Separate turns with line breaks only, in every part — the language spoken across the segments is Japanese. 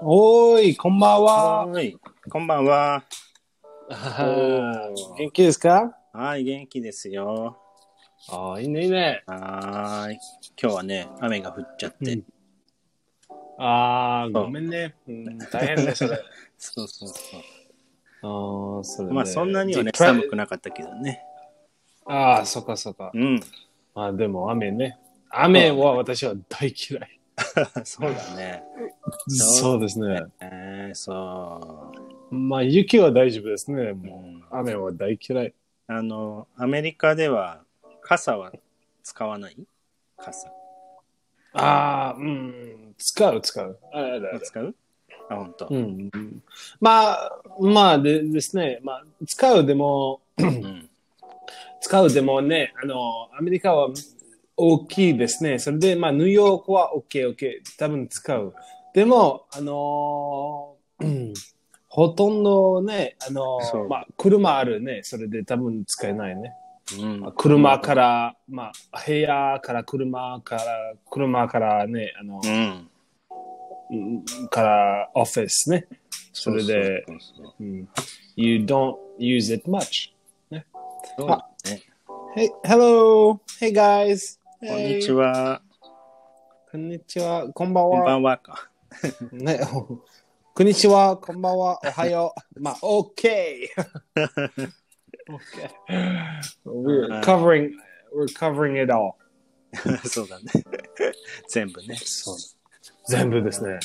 おーい、こんばん は。
はい。こんばんは。
元気ですか
はい、元気ですよ。
ああ、いいね、いいね。
はーい。今日はね、雨が降っちゃって。
うんああ、ごめんね。うん大変ね、それ。
そうそうそ
ああ、それ
う。
ね
まあ、そんなにはね、
Depress-
寒くなかったけどね。
ああ、そっかそっか。
うん。
まあ、でも雨ね。雨は私は大嫌い。
そうだね。
そうですね。
えー、そう。
まあ、雪は大丈夫ですね。
う
も
ん
う雨は大嫌い。
あの、アメリカでは、傘は使わない傘。
ああ、うん。使う、使う。ああだ
使うあ、ほんと
う。ん、まあ、まあでですね。まあ、使うでも、
うん。
使うでもね、あの、アメリカは大きいですね。それで、まあ、ニューヨークは OK、OK。多分使う。でも、あの ーうんほとんどね、あのー
そう
まあ、車あるね。それで多分使えないね。
うん
まあ車から、まあ、部屋から車から、車からね、あの
う、ん。
うんからオフィスね。それで
そうそうそう
うん You don't use it much.
そうだね
Hey, hello. Hey, guys.
こんにち
は。
は。
こんにちは。こんばん
こん
は
ば。んはか。
ね、 おこんにちは、こんばんは、おはよう。まあ、OK! okay. We're covering, we're covering it all.
そうだね。全部ね。そう
全部ですね。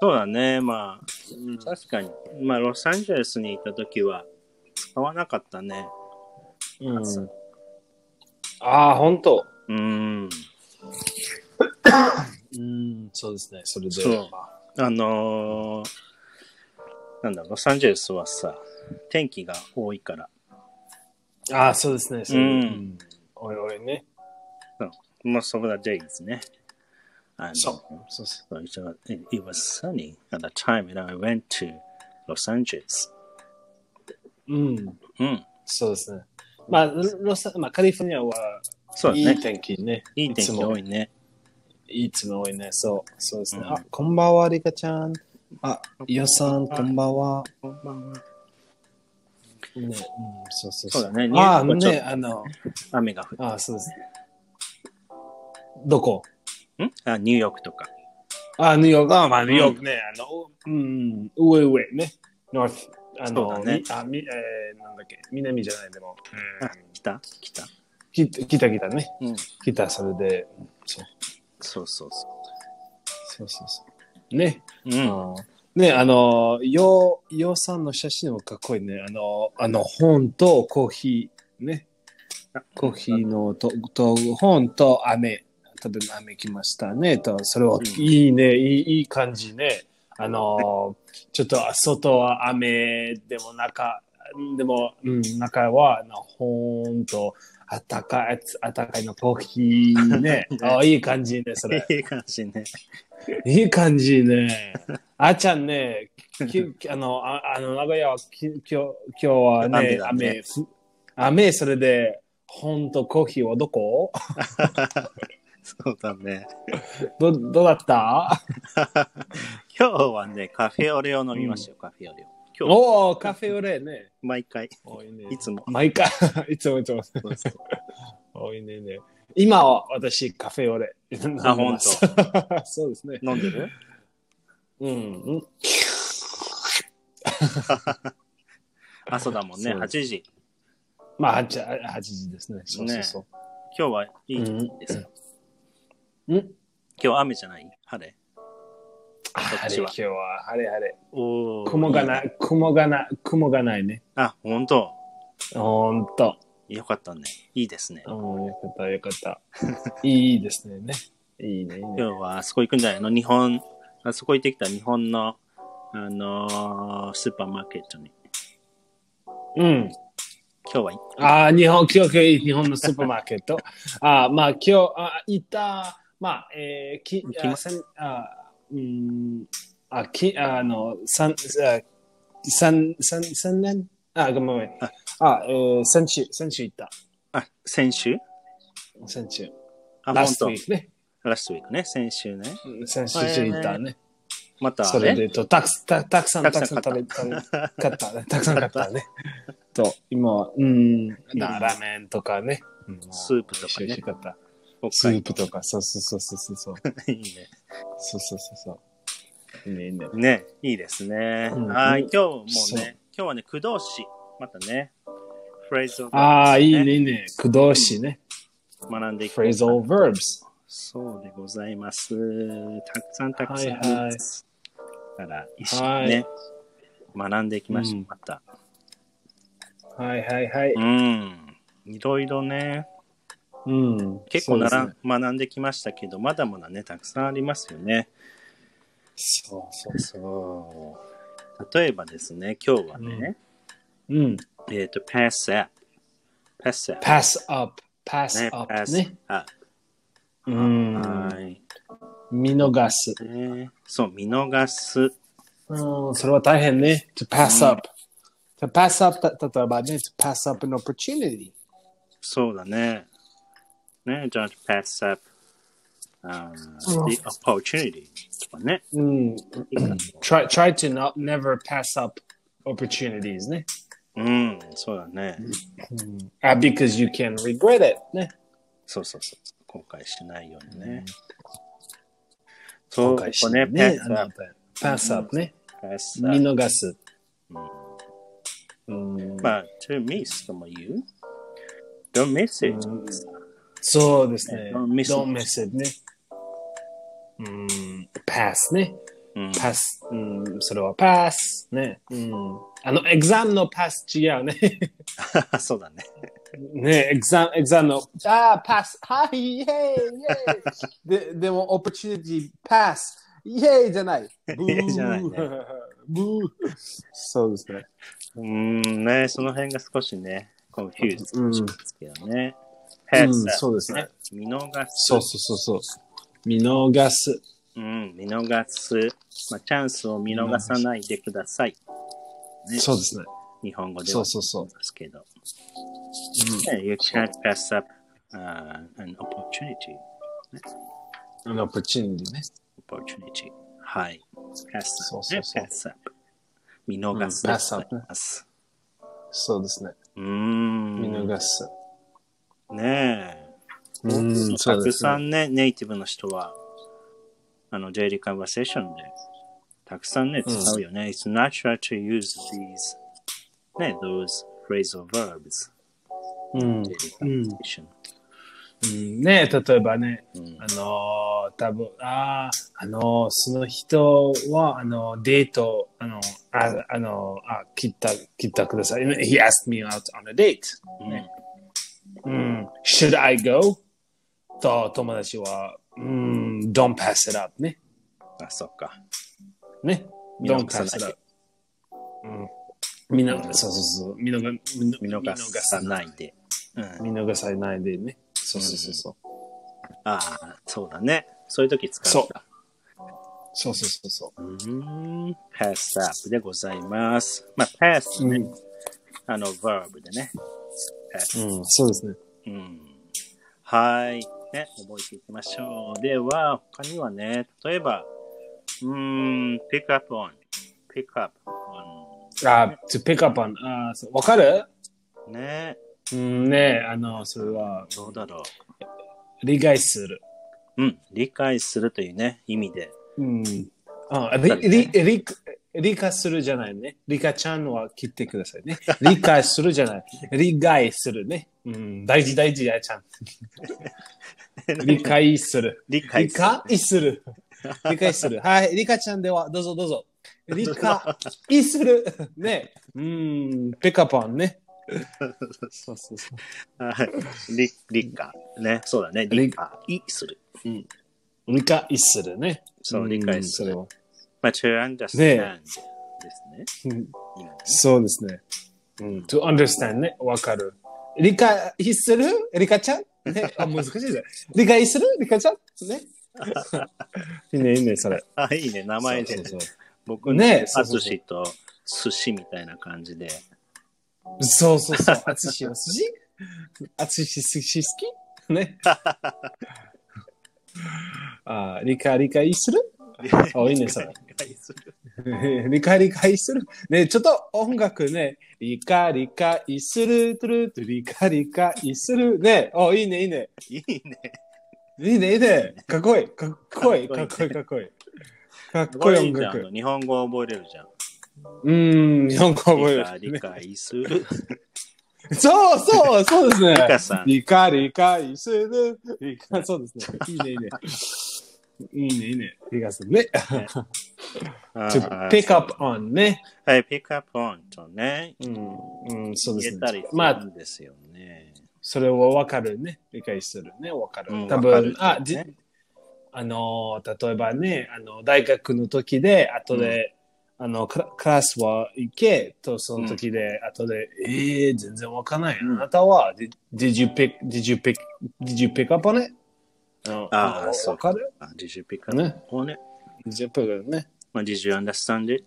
だね。まあ、確かに。まあ、ロサンゼルスにいた時は、使わなかったね。
うん、ああ、本当。
うん。
うん、そうですね。それで。
そうあのーなんだ、ロサンゼルスはさ、天気が多いから。
ああ、そうですね。それ
うん
うんおいおいね。
まあ、そこだ、ジェイですね。あの
そう。そうそう
So it was- it was sunny at the time when I went to Los Angeles.
うん、
うん。
そうですね。まあ、ロサまあ、カリフォルニアは
そうだ
いい
ね。
天気ね。
いい天気多いね。
いつも多いね。そう。そうですね。
うん
あ、こんばんは、リカちゃん。あ、イオさん、こんばんは。
こんばんは。
ね、うん、そうそう
そうだねニュ
ああ、
ーヨークはちょっと
ね、あの、
雨が降っ
ああ、そうです。どこ
んあ、ニューヨークとか。
ああ、ニューヨーク。ああ、まあ、ニューヨークね。あの、うん、上上ね。ノース。あの、
そうだね
みあみえー、なんだっけ、南じゃない、でも。うん
あ、来た来た。
き来た来たね。
うん。
来た、それで。そう
そうそうそ
そうそうそう。ね。
う。うん。
あーね、あの、よう、ようさんの写真もかっこいいね。あの、あの、本とコーヒー、ね。コーヒーのと、と、本と飴、多分飴きましたね。と、それを、
うん
いいね、いい、いい感じね。あの、ちょっと、外は雨でも中、でも、うん、中は、あの、本と、あったかい、あったかいのコーヒー ね。あいい感じね、それ。
いい感じね。
いい感じね。 あーちゃんね、ききあの、ああの、名古屋はき今日、今日は
雨
ね、
だね
雨、ふ雨、それで、ほんとコーヒーはどこ
そうだね。
ど、どうだった
今日はね、カフェオレを飲みましたよ、カフェオレを。今日、
おお、カフェオレね。
毎回、
おいね
いつも。
毎回、 いつもいつも。
そうそう
おいねね。今は私、カフェオレ。飲んでます。 そうですね。
飲んでる
うん。うん
朝だもんね、
そう
8時。
まあ、8, 8時ですね。そうそうそ
今日はいいですか
う。ん
今日雨じゃない晴れ。
晴れ、今日は晴れ晴れ。
おお。。
雲がないい、雲がない、雲がないね。
あ、ほんと。
ほんと。
よかったね。いいですね。
うん、よかった、よか った。いいですね。ねいいね、いいね。
今日はあそこ行くんじゃないの日本、あそこ行ってきた日本の、あのースーパーマーケットに。
うん。
今日は行っ
ああ、日本、今日、今日、日本のスーパーマーケッ ト。ああ、まあ、今日、あ行った、まあ、えー、き、
き
あ、
ま
せん、あ、うん、あ、き、あの、三、あ、三、三、三年あ、ごめんごめん。あ、えー、先週、先週行った。
あ、先週
先週。
あ、
ラ
ほん
スト
と
ウィークね。
ラストウィークね、先週ね。
うん先週行ったね。
また、ね、
それで、と、たくさん、たたくさん、
た
た
く
く
さ
さ
ん
ん食
買
べ、食べ、 買ったね。たくさん買ったね。と、今は、うん、だラーメンとかね。うん
スープとかね
美味しかった。ス
北海
ー
道
プとか、そうそうそうそうそう。
いいね。
そうそうそうそう。いいね、いいね。
ね、いいですね。
うん
はい、今日も
そう
ね、今日はね、駆動詞、またね、フレーズを、
ああ、いいね、いいね。駆動詞ね。
学んでいこう
phrasal verbs。
そうでございます。たくさんたくさん、
はいはい
から一緒にね、学んでいきましょう、
うん
また。
はいはいはい。
うん。いろいろね、
うん。
結構なら、
そうですね
学んできましたけど、まだまだね、たくさんありますよね。
そうそうそ
例えばですね、今日はね、
う。うん。
えっ、と、pass up。pass up。
pass up, pass
ね、
up
pass
ね。
up。
うん。
はい。
見逃す。
ねそう、見逃す。
うん、それは大変ね。to pass up. to pass up, た例えばね、to pass up an opportunity.
そうだね。ね、don't pass up、uh,
うん
the opportunity とかね。Hmm.
うん。try, try to not, never pass up opportunities ね。
うん、そうだね。Hmm.
Ah, because you can regret it ね。
そうそうそう。後悔しないようにね。
後
そう、こ
悔し
こ
な
ね、
いね
Oh, pass up。Hmm.
pass up ね。
pass
見
up。
逃す。うん
まあ、to miss とも言う。don't miss it、
うんそうですね。
Don't miss it.
Don't miss it ね。うん、pass ね。
うん。
pass、うん、それは pass ね。うん、あの、エグザムの pass 違うね。
そうだね。
ね、エグザム、エグザムの、ああ、pass、はい、イェイ、イ ェイ。で、でも、opportunity pass、イェイじゃない。ブ
イェイじゃないね。
ブー。そうですね。
うん、ね、その辺が少しね、コンフューズしますけどね。
う
pass
ん
up、
そうですね。
見逃す。
そうそうそうそう。見逃す。
うん、見逃す、まあ。チャンスを見逃さないでください。ね
そうですね。
日本語で
そ
は
うそうそう。
ですけど。ね you can't pass up、uh, an opportunity.
あの、opportunity ね。
opportunity. はい。pass up.
そうそうそう
ね pass up. 見逃す。
うん pass up ね
す。
そうですね。
う
見
ん。
逃す。
ねえ。
うんそ
た
う
く
です
さ
ね。
んね、ネイティブの人は、あの、daily conversation で、たくさんね、
うん
使うよね。It's natural to use these, ね、those phrasal verbs,
うん。
daily conversation.
うんね例えばね、
うん
あのー、多分あーあのー、その人は、あのー、デート、あのー、あ、あのー、あ、切った、切ったください。He asked me out on a date.
うん
うん。Should I go? と、友達は、うん、don't pass it up ね。
あ、そっか。
ね。
見逃
don't
さ
pass it
ない
up。うん。見逃、そうそうそう。見逃、
見
見
逃
逃
さ
さない。
ないで。う
見
ん、
逃さないでね。そうそうそうそう。
ああ、そうだね。そういう時使うか。
そうそうそうそう
うーん。pass up でございます。まあ、pass
う。
ね、
うん。
あの、verb でね。pass
うん、そうですね。
うんはい。ね、覚えていきましょう。では、他にはね、例えば、うーん、pick up on, pick up on,
あ、to pick up on、あー、そうわかる
ね、
うん、ねあの、それは、
どうだろ
理解する。
う。うん、理解するというね、意 味で。
うん。あ、り、り、り、理解するじゃないね。理解ちゃんは切ってくださいね。 理解するじゃない。理解するね。うん、大事大事やち ゃん。理解する。
理
理
解する。
解する。理解する。はい、理解ちゃんでは、どうぞどうぞ。理解する。 ね。うん、ピックアップオンね。そうそうそう。
はい 理理解。ね、そうだね、理
理
解する。
理解するね。
そうん理解す
そ
る
れは
まあ、to understand
ね
ですね。
うん
今ね
そうですね。うん、to understand ね、わかる。理解する理解ちゃん ね、あ、難しいですね。理解する理解ちゃん ね。いいね、いいね、それ。
あ、いいね、名前で。
そうそう
僕
ね
ね、
そ
あ
うそうそ
寿
う
司と寿司みたいな感じで。
そう。そうそうそう。あつしは寿司あつし寿司好き ね。あ、理解、理解するあ、いいね、それ。
理解す
理解理解する。ね、ちょっと音楽ね。理解理解する、トゥルトゥ理解理解する。ね、お、いいね、いいね。
いいね。
いいね、いいね。かっこいい、かっこいい、か
か
っ
っ
こ
こ
い
い
い、
い
かっこいい。かっこ
すご
いい
いい
音
いじゃん。
楽。
日本語覚えれるじゃん。
うーん、日本語覚え
理
る
解、理解 する。
そうそう、そうですね。
リカさん
理解理解する。理解そうですね。いいね、いいね。いいね、いいね。理解するね。ちょっと
あー
pick up on ね。
はい、ピックアップオンとね。
うん、うん、そうで
言
す
えたり
ね。
す
ま
る
あ、
んですよね。
それはわかるね。理解するね。わかる。
うん
多
わか
分
る、
あ、じ、あの、例えばね、あの、大学の時で、後で、あのクラ、クラスは行け、と、その時で、後で、ええー、全然わかんない。あ
うん
なたは、did, did you pick, did you pick, did you pick up on it?
ああ、
の
そう
わかる
あ Did you pick up on it?
ジャパンね。
まあ Did you understand it?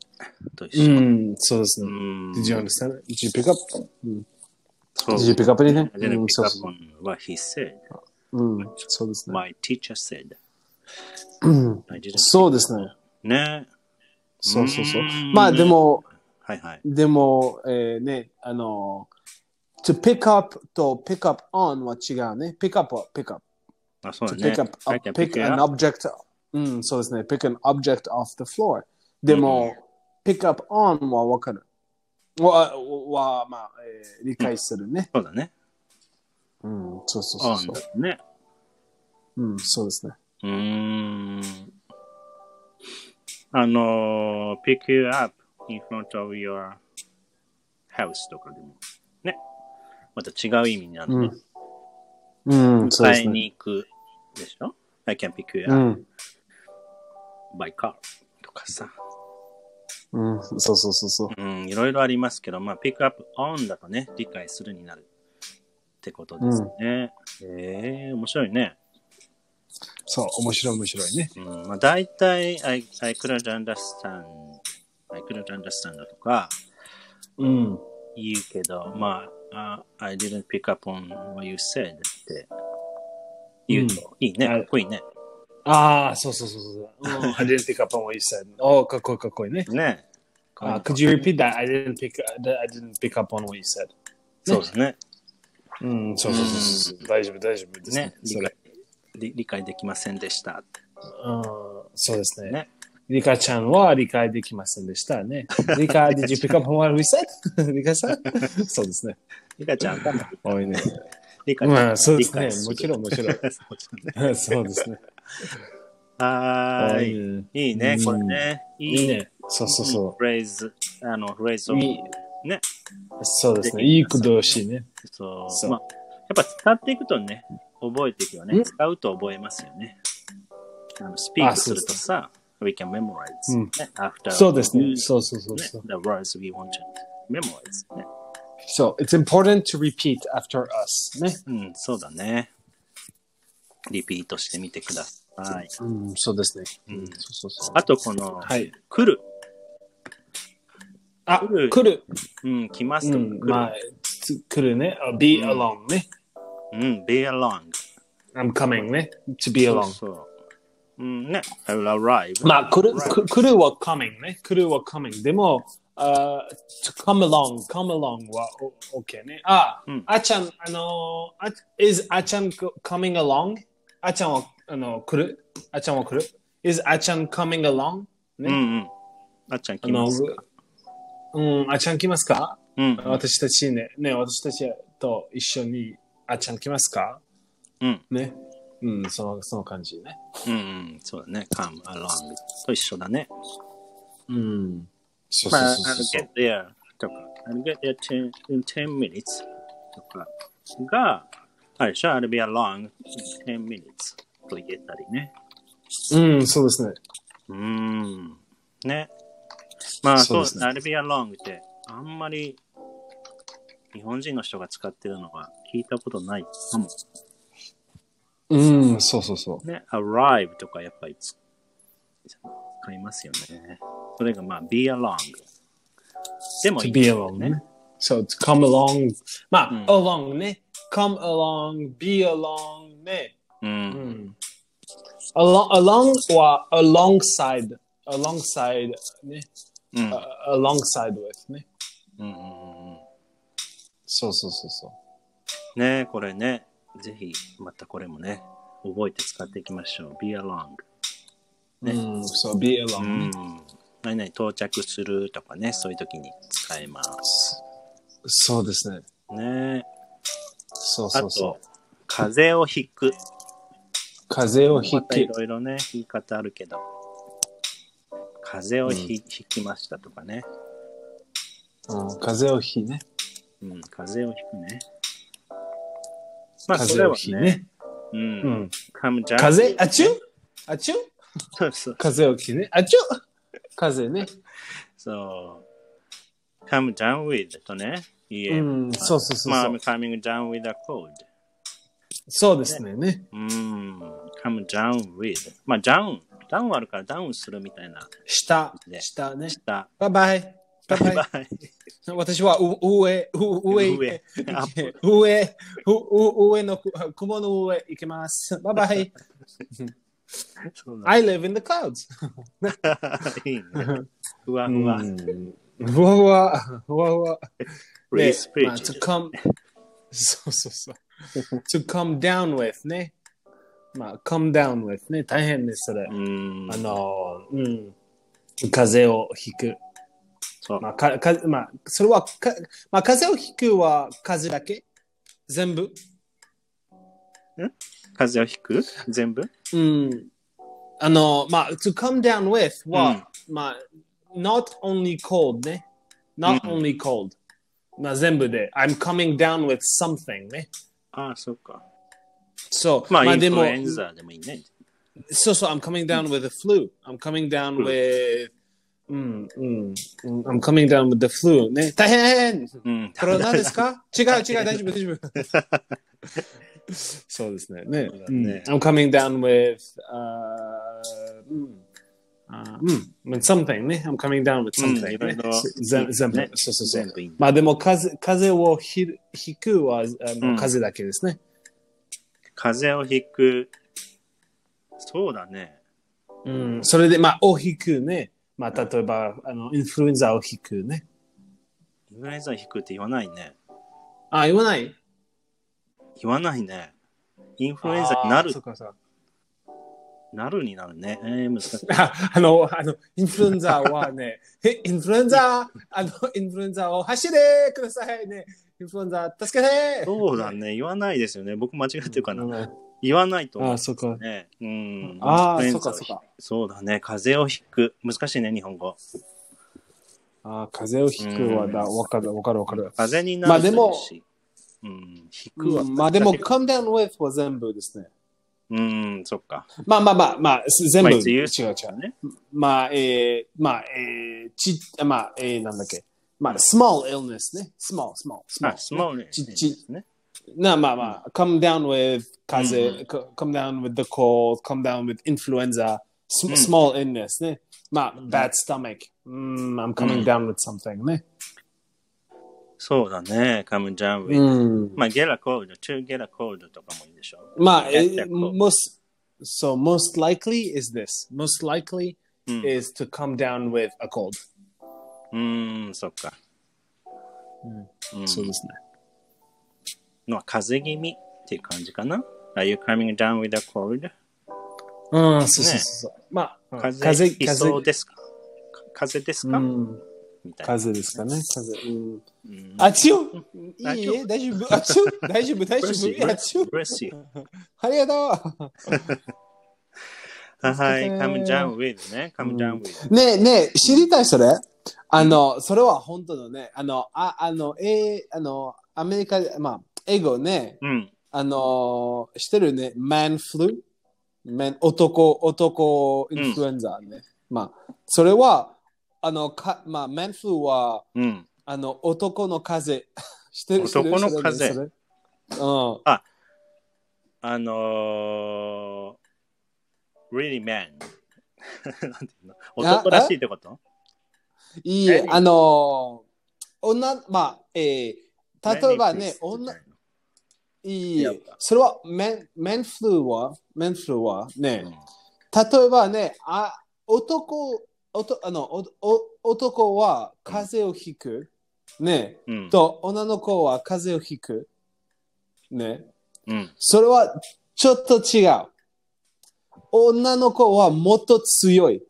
と
う
一緒。
ん、そうですね。
ん
Did you understand? it? Did you pick up? うん
そう
Did you pick up anything?
I didn't
うん
pick
そう
up
そう
on what he said.
うんそうですね。
My teacher said.
うん
I didn't.
そうですね。
ね。
そうそうそう
う。ん
まあでも、
はいはい。
でも、えーね、あの、to pick up と pick up on は違うね。pick up は pick up。
あ、そう
to
だね。
pick up,
I can
pick
pick it
an
up.
object. うん、そうですね。pick an object off the floor. でも、pick up on はわかる。は、は、まあ、えー理解するね。
そうだね。
うん、そうそうそう
on
そう
だ。ね。
うん、そうですね。
うーん。あの、pick you up in front of your house とかでも。ね。また違う意味になるね。
うん、そうで
買
す
い
ね。
に行くでしょ ?I can pick you
う
up
ん、
by car とかさ。
うん、そうそうそうそう。
うん、いろいろありますけど、まあ、ピックアップオンだとね、理解するになるってことですね。ええ面白いね。
そう、面白い面白いね。
うん、まあ、大体、I, I couldn't understand, I couldn't understand だとか
うん。
言うけど、まあ、あ I didn't pick up on what you said って言うと、いいね、
あ
かっこいいね。
ああ、そうそうそうそう。うん、I didn't pick up on what you said. おーかっこいいかっこいいね。
ね。
あー could you repeat that? I didn't pick, I didn't pick up on what you said.
そうですね。
うん、そうそうそうそう。大丈夫、大丈夫ですね
ね。
そ
理
れ
解理理解できませんでしたって。
うん、そうですね
ね。
リカちゃんは理解できませんでしたね。 リカ、did you pick up on what we said? リカさんそうですね。
リカちゃん、
多いね。
理解
まあ、そうです
理
ね
解。する
もちろん、もちろん。 そうですね。
は
多
ーい。
ね
いいね、これね。
いい。ね。そうそうそう。
フレーズ、あの、フレーズを。
いい
ね。
そうですね。いい工藤しね。
そう。
そう
まあ、やっぱ使っていくとね、覚えていくよね。
ん
使うと覚えますよね。あの、スピークするとさ、we can memorize、
うん
ね。after
そうですね。
use
そうそうそう
ね
そう。
the words we want to memorize、ね。
そう、it's important to repeat after us ね。
うん、そうだね。リピートしてみてください。
うん、そうですね。
うん
そうそうそう。
あと、この、
はい。
来る。
あ、
来る
来る。
うん、来ます
う
とか来る。
ん、まあ、つ来るね。あ be
うん
alone ね。
うん、be along。
I'm coming ね。to be alone。
そうそう。うんね。I will arrive.
まあ、来る、
Right.
く来るは coming ね。来るは coming。でも、あ to come along, come along はお OK ね。あ
うん、
あちゃん、あのー、あ is あちゃん coming along? あちゃんは、あの、来るあちゃんは来る ?is あちゃん coming along?
うん
ね。
うん。あっちゃん
あ
来
の
ます。、
うん、あちゃん来ますか
うん。
私たちね、ね、私たちと一緒に、あちゃん来ますか
うん。
ね。うん、その、その感じね。
うんうん。そうだね。come along と一緒だね。
うん。そう
ま
そう
あ、
そうそう
I'll get there とか、I'll get there ten- in 10 minutes とかが、あれでしょ ?I'll be along in 10 minutes と言えたりね。
そう。うん、そうですね。
うん。ね。まあ、
そ
そうう、
ですね
I'll be along って、あんまり日本人の人が使ってるのは聞いたことないかも。
うん、そうそうそう。
ね、arrive とかやっぱりつ使いますよね。それがまあ、be along。でも
to
いい
be along ね。So to come along. まあ、
うん
along ね。come along, be along ね。
う。
うんん。along, along は alongside alongside ね、
うん
a- alongside with ね。
うんうんうん
そうそうそうそう。
ねえこれね、ぜひ、またこれもね、覚えて使っていきましょう。be along。ね
うん、そう、be
う
along ね
ん。何々到着するとかね、そういう時に使えます。
そうですね。
ねえ
そう
あ
そうそ
と
う。、
風邪をひく。
風邪をひ
また
き、
いろいろね、言い方あるけど。風邪をひ,、ひきましたとかね。
うん、風邪をひね。
うん、風邪をひくね。まあ、そ
風
れ
邪を
は
ひ
ね。
ね。
う。
うんん。
come down.
風邪、あちゅんあちゅん
そうそう。
風邪をひね。あちゅん風邪ね。
そう。come down with とね。言え
う
ば
ん、そうそうそう
まあ、
そう
I'm。coming down with a cold.
そうですね。ね。
うん。come down with. まあ、down。ダウンあるからダウンするみたいな。
下
ね、
下ね。
した。
バイバイ。バイバイ。
バイ。
私はう上、う上行
上
け、
アップ。
上、うう上の雲の上行きます。バイバ イ。
そうだ
I live in the clouds.
いいね。ふわふわ。
ふわふわ、ふわふわ。
free
まあ
speech
to come そうそうそう。to come down with ね。まあ、come down with ね。大変です、それ。
うん
あの、うん。風邪をひく。
そう
まあ、かかまあ、それはか、まあ、風邪をひくは風だけ全部
風邪をひく全部
うん。あの、まあ、to come down with は、まあ、not only cold ね。not
うん
only cold、まあ、全部で。I'm coming down with something ね。
ああ、そっか。
そう。
まあ、イン
で
フ
も
ル、エンザでもいいね。
そうそう、I'm coming down with the flu. I'm coming down
うん
with うん、うん、うん、I'm coming down with the flu ね。大変
うん。
これは何です か違う違う、大丈夫、大丈夫。 そうですね。ね
そうだ
うん
ね
I'm coming down with, uh, うんあーうん with something ね。I'm coming down with
うんい
something
ろい
ね
ろ。
全全部
ね。
そうそうそ
全
う。
部いいね
まあでも風、風邪をひるひくは、あ
うん
の風だけですね。
風邪をひく。そうだね。
うん。それで、まあ、をひくね。まあ、例えば、あの、インフルエンザをひくね。
インフルエンザをひくって言わないね。
あ、言わない
言わないね。インフルエンザにな
あー
る
そ、うかそうか
なるになるね。えー、難しい。
ああの、あの、インフルエンザはね、 えインフルエンザ、あの、インフルエンザを走れくださいね。インフルエンザ、助けて
そうだね。言わないですよね。僕間違ってるかな。
ね。
言わないと
あ
思
あ、そっか
う。ね。うん。
ああ
インフルエンザを
そ
ひ
っかそっ
そうだね。風邪をひく。難しいね、日本語。
ああ、風邪をひくはだ、
うん
わかる、わかる、わかる。
風邪に
ま
な
あ
る
でも
し。うん。ひくは。
まあでも、come down with は全部ですね。
うん、そっか。
まあまあまあ、まあ、全部、
まあ
違う
一応
違
言う
う。
ね。
まあ、えー、まあ、えー、ち、まあ、えー、なんだっけ。まあ、small illness ね。small, small,
あ
small.、
スモールね。
ちち
ね。
なまあま
Hmm.
あ、come down with 風
う
邪、co- come down with the cold, come down with influenza,
うん
sm- small illness ね。まあ、
ん
bad stomach. うん、I'm
うん
coming down with something ね。
そうだね、カムジャンウィ。
うん。
まあ、ゲラコールド、チューゲラコールドとかもいいでしょ。
まあ、え
Get that cold.
most, so most likely is this. Most likely
うん、
is to come down with a cold.
うーん、そっか。うん、
そうですね。
まあ、風邪気味っていう感じかな。Are you coming down with a cold? Hmm.
うん、そうそうそうそう。まあ、
風
風
邪
邪、
ひきそう
風
ですかか風邪ですか、
邪、うん、
みたいな。
風邪ですかね。風邪。う
Hmm.
ん
うん
あちゅん
あ
いいえ、大丈夫。あちゅん大丈夫、大丈
Bless
夫。あちゅん
you. Bless you.
ありがとう。
あはい、
うん
come down with ね。come down with.
ねえねえ、知りたいそれあの、それは本当のね、あの、ああの、えーあの、アメリカで、まあ、英語ね、
うん。
あの、してるね、man flu? man 男、男インフルエンザね。まあ、それは、あの、かまあ、man flu は、
うん。
あの、男の風 邪。してる知ってる
男の風邪
それそ
あのー、really man. なんていうの男らしいってこと
れうん。いいえ
Hey.、
あの、女、まあ、えー例えば
Man
ね
is、
女、
みたいない
い
やっ
えそれは、メン、メンフルは、メンフルはね、
うん
例えばね、あ、男おとあのおお男は風邪をひく。ね。
うん。
と、女の子は風邪をひく。ね。
うん。
それはちょっと違う。女の子はもっと強い。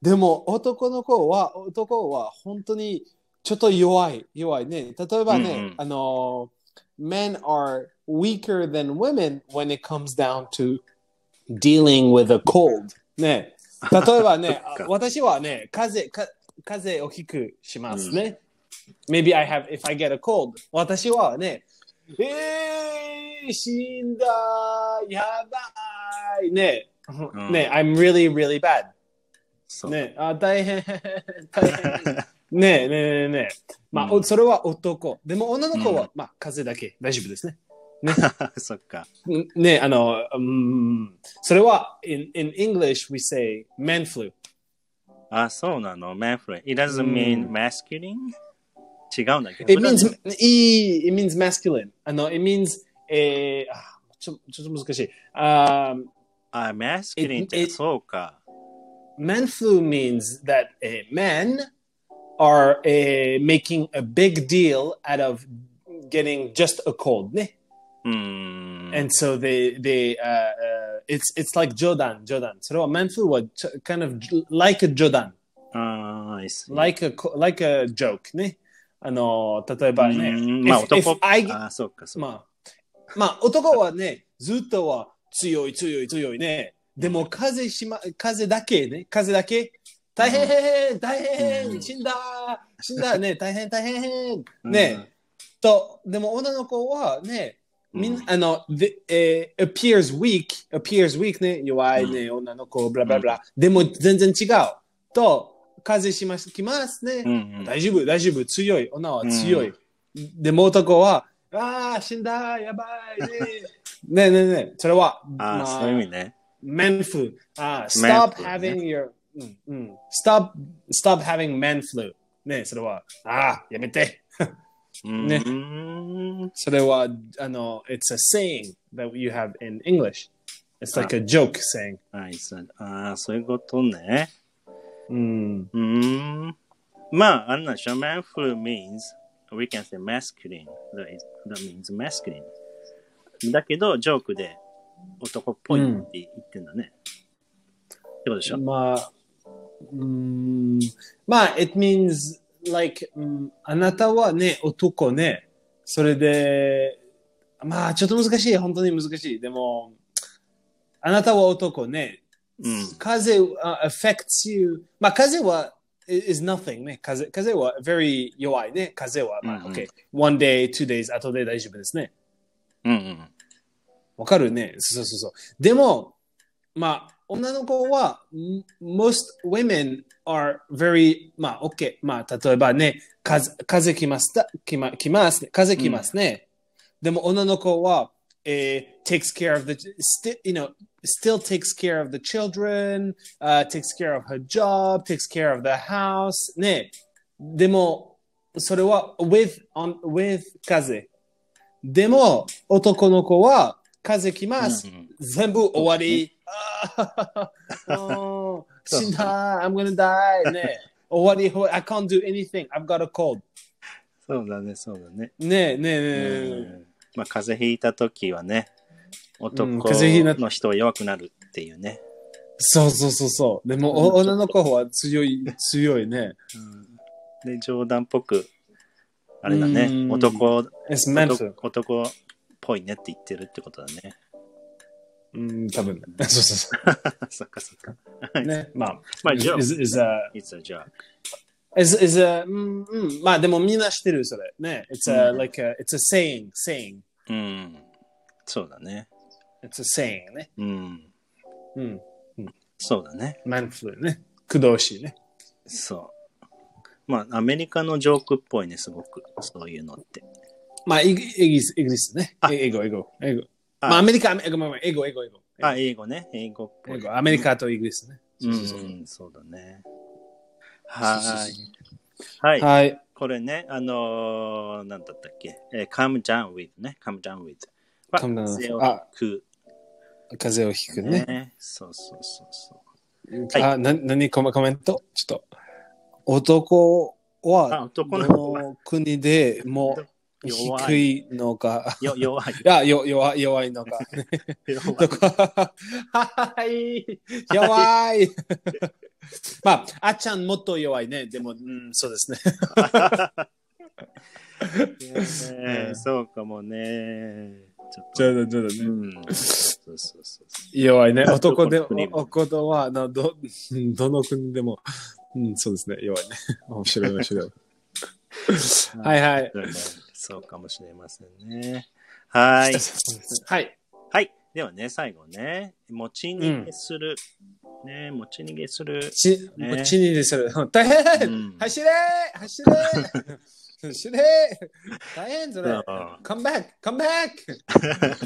でも男の子は、男は本当にちょっと弱い。弱いね。例えばね、
うんうん
あの、men are weaker than women when it comes down to dealing with a cold. ね。例えばね
そっか、
私はね、風邪、か風邪をひくしますね。Maybe I have, if I get a cold. 私はね、えー、死んだやばいね、
うん
ね、I'm really, really bad.
そう。
ね、あ、大変、大変。ねえねえねえねえ。まあ、おそれは男。でも女の子は、
うん
まあ、風邪だけ大丈夫ですね。
そっか。
んねえ、あの、うん、それは、in, in English we say man flu.
あ、そうなの。man flu. It doesn't
う
mean masculine? 違うんだけど。
It means, e, it means masculine. あの、it means, えー、あちょちょっと難しい。あー
あ、masculine
It-
って
it-
そうか。
man flu means that uh, men are uh, making a big deal out of getting just a cold ね。
うん。
and so they they uh, uh, it's it's like Jordan Jordan それは man flu はちょ kind of like a Jordan
ああ、いいっす。
like a co- like a joke ねあの例えばね
うんまあ
if-
男
if I
あ、そうか、そうか。
まあ、まあ、男はね、ずっとは強い強い強いね。でも風邪しま、風邪だけね、風邪だけ。大変大
う
変
ん
死んだ死んだね、大変大変
うん
ね。と、でも女の子はね、みん
うん
あの、でえー appears weak, appears weak ね、弱いね、女の子、ブラブラブラ。でも全然違う。と、風邪します、きますね。
うんうん
大丈夫、大丈夫、強い、女は強い。でも男は、ああ、死んだ、やば いね。ねえねえねえ、それは、
ああ、そういう意味ね。
man flu。ああ、
Man
stop
flu
having your、うんうん、stop, stop having man flu。ねえそれは、ああ、やめて。
うん
ね
うん
それは、あの、it's a saying that you have in English. It's like a joke saying.
あいそうああ、そういうことね。
うん。
うーん。まあ、あれなんでしょう。man flu means, we can say masculine. That, is, that means masculine. だけど、ジョークで男っぽいって言ってんだね。ってことでしょ。
まあ、うん、まあ、it means, like, うんあなたはね、男ね、それで、まあ、ちょっと難しい、本当に難しい。でも、あなたは男ね、
うん
風あ affects you。まあ、風は is nothing ね。風風は very 弱いね。風は、まあ、
うんうん
OK。one day, two days, 後で大丈夫ですね。
うんうん。
わかるね。そうそうそうそう。でも、まあ、女の子は、ん most women are very, まあ、OK。まあ、例えばね、風、風来ました、来ま、来ます、ね、風来ますね。でも、女の子は、えー takes care of the, still, you know, still takes care of the children, uh, takes care of her job, takes care of the house. ね。でも、それは with, on, with 風。でも、男の子は風来ます。
うんうん
全部終わり。あーうん 死んだ。I'm gonna die. ね。終わり終わり。I can't do anything. I've got a cold.
そうだね、そうだね。
ねえねえねえ。
うんまあ、風邪ひいた時はね、男
うん風邪ひいた
の人は弱くなるっていうね。
そうそうそうそう。でも、お
うんちょっと
女の子は強い、強いね。
で、冗談っぽく、あれだ
う
ね、
ん
男
It's meant to.
男男っぽいねって言ってるってことだね。
うん、多分。 そうそうそ
そっかそっか。
う。ね。まあ、
まあ、ジョ ー
is, is a
It's a joke.
is is a うんうんまあでもみんな知ってるそれね it's a、
うん
like a it's a saying saying
うん。そうだね。
it's a saying ね
うん。
うん
そうだね。
マンフルね駆動詞ね
そう。まあ、アメリカのジョークっぽいね、すごく。そういうのって。
まあイギイギリスイギリスね
あ
え英語英語英語
あ
まあアメリカアメごめんごめん英語英語英語
あ、英語ね。英語っぽ
英
い。
語アメリカとイギリスね
うん、
そうそうそう
そうだね。
そう
は
そう
い。
そう
はい。
はい
これね、あのー、なんだったっけ、えー、come down with ね、come down with。
come down with
風邪をひく
風邪をひくね
ね。そうそうそうそう。はい
あ、な、何コメコメントちょっと。男
あ
は、
男
こ
の子は
の国でもう
弱
低
い。
いのか、
よ 弱い。
あ、よ、弱い、弱いのか。
弱
と
い。
か、はい、 弱い。まあ、あっちゃんもっと弱いね。でも、うん、そうですね。
えーそうかもね。ちょっと。
ょっと、ちょっと
うん。そうそうそう。
弱いね。男で、
男の国も
男はあのど、どの国でも、うん、そうですね。弱いね。面白い、面白い。はいはい。
そうねそうかもしれませんね。はい。
はい。
はい。ではね、最後ね。持ち逃げする。ね、持ち逃げする。
ち、
ね
もう地にでする。 大変、
うん
走れ走れ走れ 大変それ
そう
!Come back! Come back!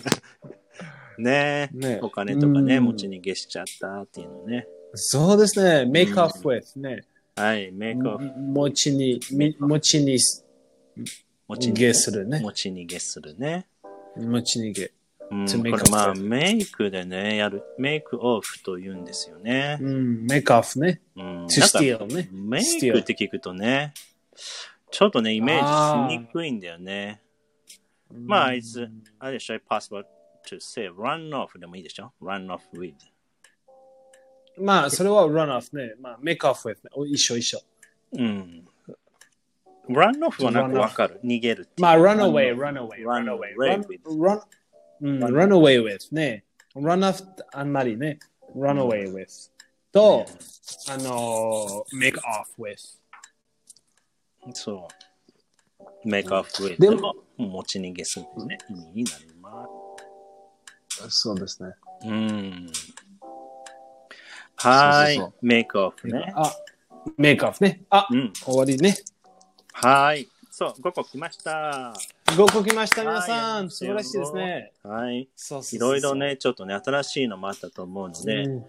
ね
ね
お金とかね、
うん
持ち逃げしちゃったっていうのね。
そうですね。make off with ね。
はい、メイクオフ、
持ちに、み持ちに
持ち
逃
逃げ
げするね。
持ち逃げするね。
持ち逃げ。
うん、
To
こ
make
れ
up
まあ、
for
メイクでね、やる、メイクオフと言うんですよね。
うん、make off ね。
うん、
to
なんか
steal ね。
メイクって聞くとね、ちょっとね、イメージしにくいんだよね。まああいつあれでしょ possible to say run off でもいいでしょ run off with。
まあ、それは run off ね。まあ、make off with ね。お一緒一緒。
うん。run off はなんかわかる。逃げるっていう。
まあ、run away, run away, run
run
away.
away
run-
with
run, うん、run away with ね。run off ってあんまりね。run away with と、あのー、make off with。
そう。メイクアップウェイ
で
で
も
も持ち逃げするね。意味になりま
そうですね。
す。うん。はー
そうそう
い。メイクアップね。
あ、make off ね。あ、
うん。
終わりね。
はーい。そう、5個来ました。
ごこきました、皆
は
さ
い
ん。素晴らしいですね。
はい。
そうそうそう
いろいろ。ね、ちょっとね、新しいのもあったと思うの
う
で、
ん
レ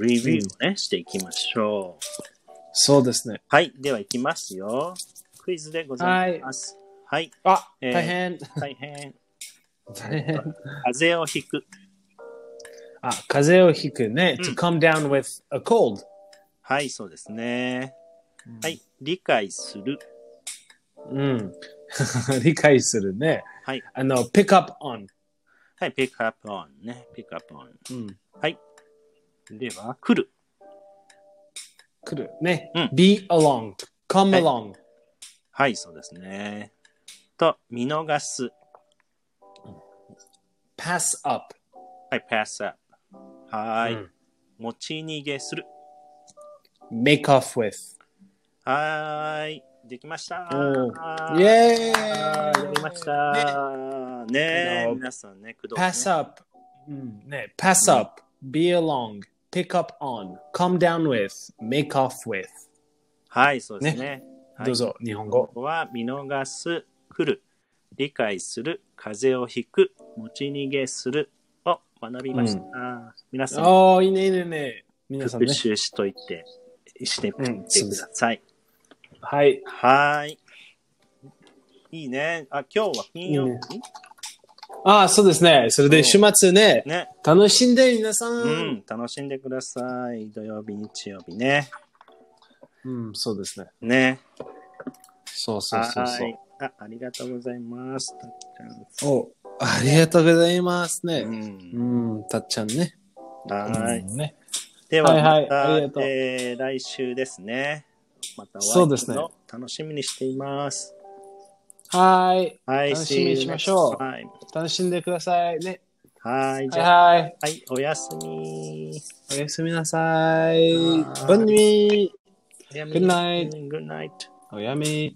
ビューをね、していきましょう。
そうですね。
はい。では、いきますよ。クイズでございます。はい。
あ、
えー
大変。
大変。
大変。
風邪をひく。
あ、風邪をひくね。
うん
to come down with a cold。
はい、そうですね。はい。理解する。
うん。 理解するね。
はい。
あの、pick up on。
はい、ピックアップオンね。ピックアップオン。
うん。
では、来る。
来るね。
うん
be along。come
はい
along。
はい、そうですね。と、見逃す。
pass up。
はい、pass up。はーい、
うん
持ち逃げする。
make off with。
はーい。できました。
お
はー
イェーイ
いやりました。ね
あの
皆さんね、工藤、ね。
pass up。うん。ね。pass up。be along。pick up on。come down with。make off with。
はい、そうですね。はい、
どう。ぞ、日本
こ
語。
こは、見逃す、来る、理解する、風邪をひく、持ち逃げするを学びました。皆さん、
おー、いいね、いいね、いいね。皆さん
復
ね。
習しといて、してみ
うん
てください。
はい。
はーい。いいね。あ、今日は金曜日
ああ、そうですね。それで、週末ね、
ね。
楽しんで、皆さ。
うんん。楽しんでください。土曜日、日曜日ね。
うん、そうですね。
ね。
そうそうそう
は
そ
ー
う
い。。あ、ありがとうございます。たっちゃん
お、ありがとうございます
う
ね。
ん。
うん、たっちゃんね。
はーい。
うんね。
では、
はいはい
また
ありがとう
えー来週ですね。またお会い
そうですね
するのを楽しみにしています。
はーい。
はい。
楽しみにしましょう
See you next time
楽しんでくださいね。
はい。じゃあ、
はいはい。
はい。おやすみ。
おやすみなさい
は。い
ボンニー。
Good
night.
Good night.
おやみ。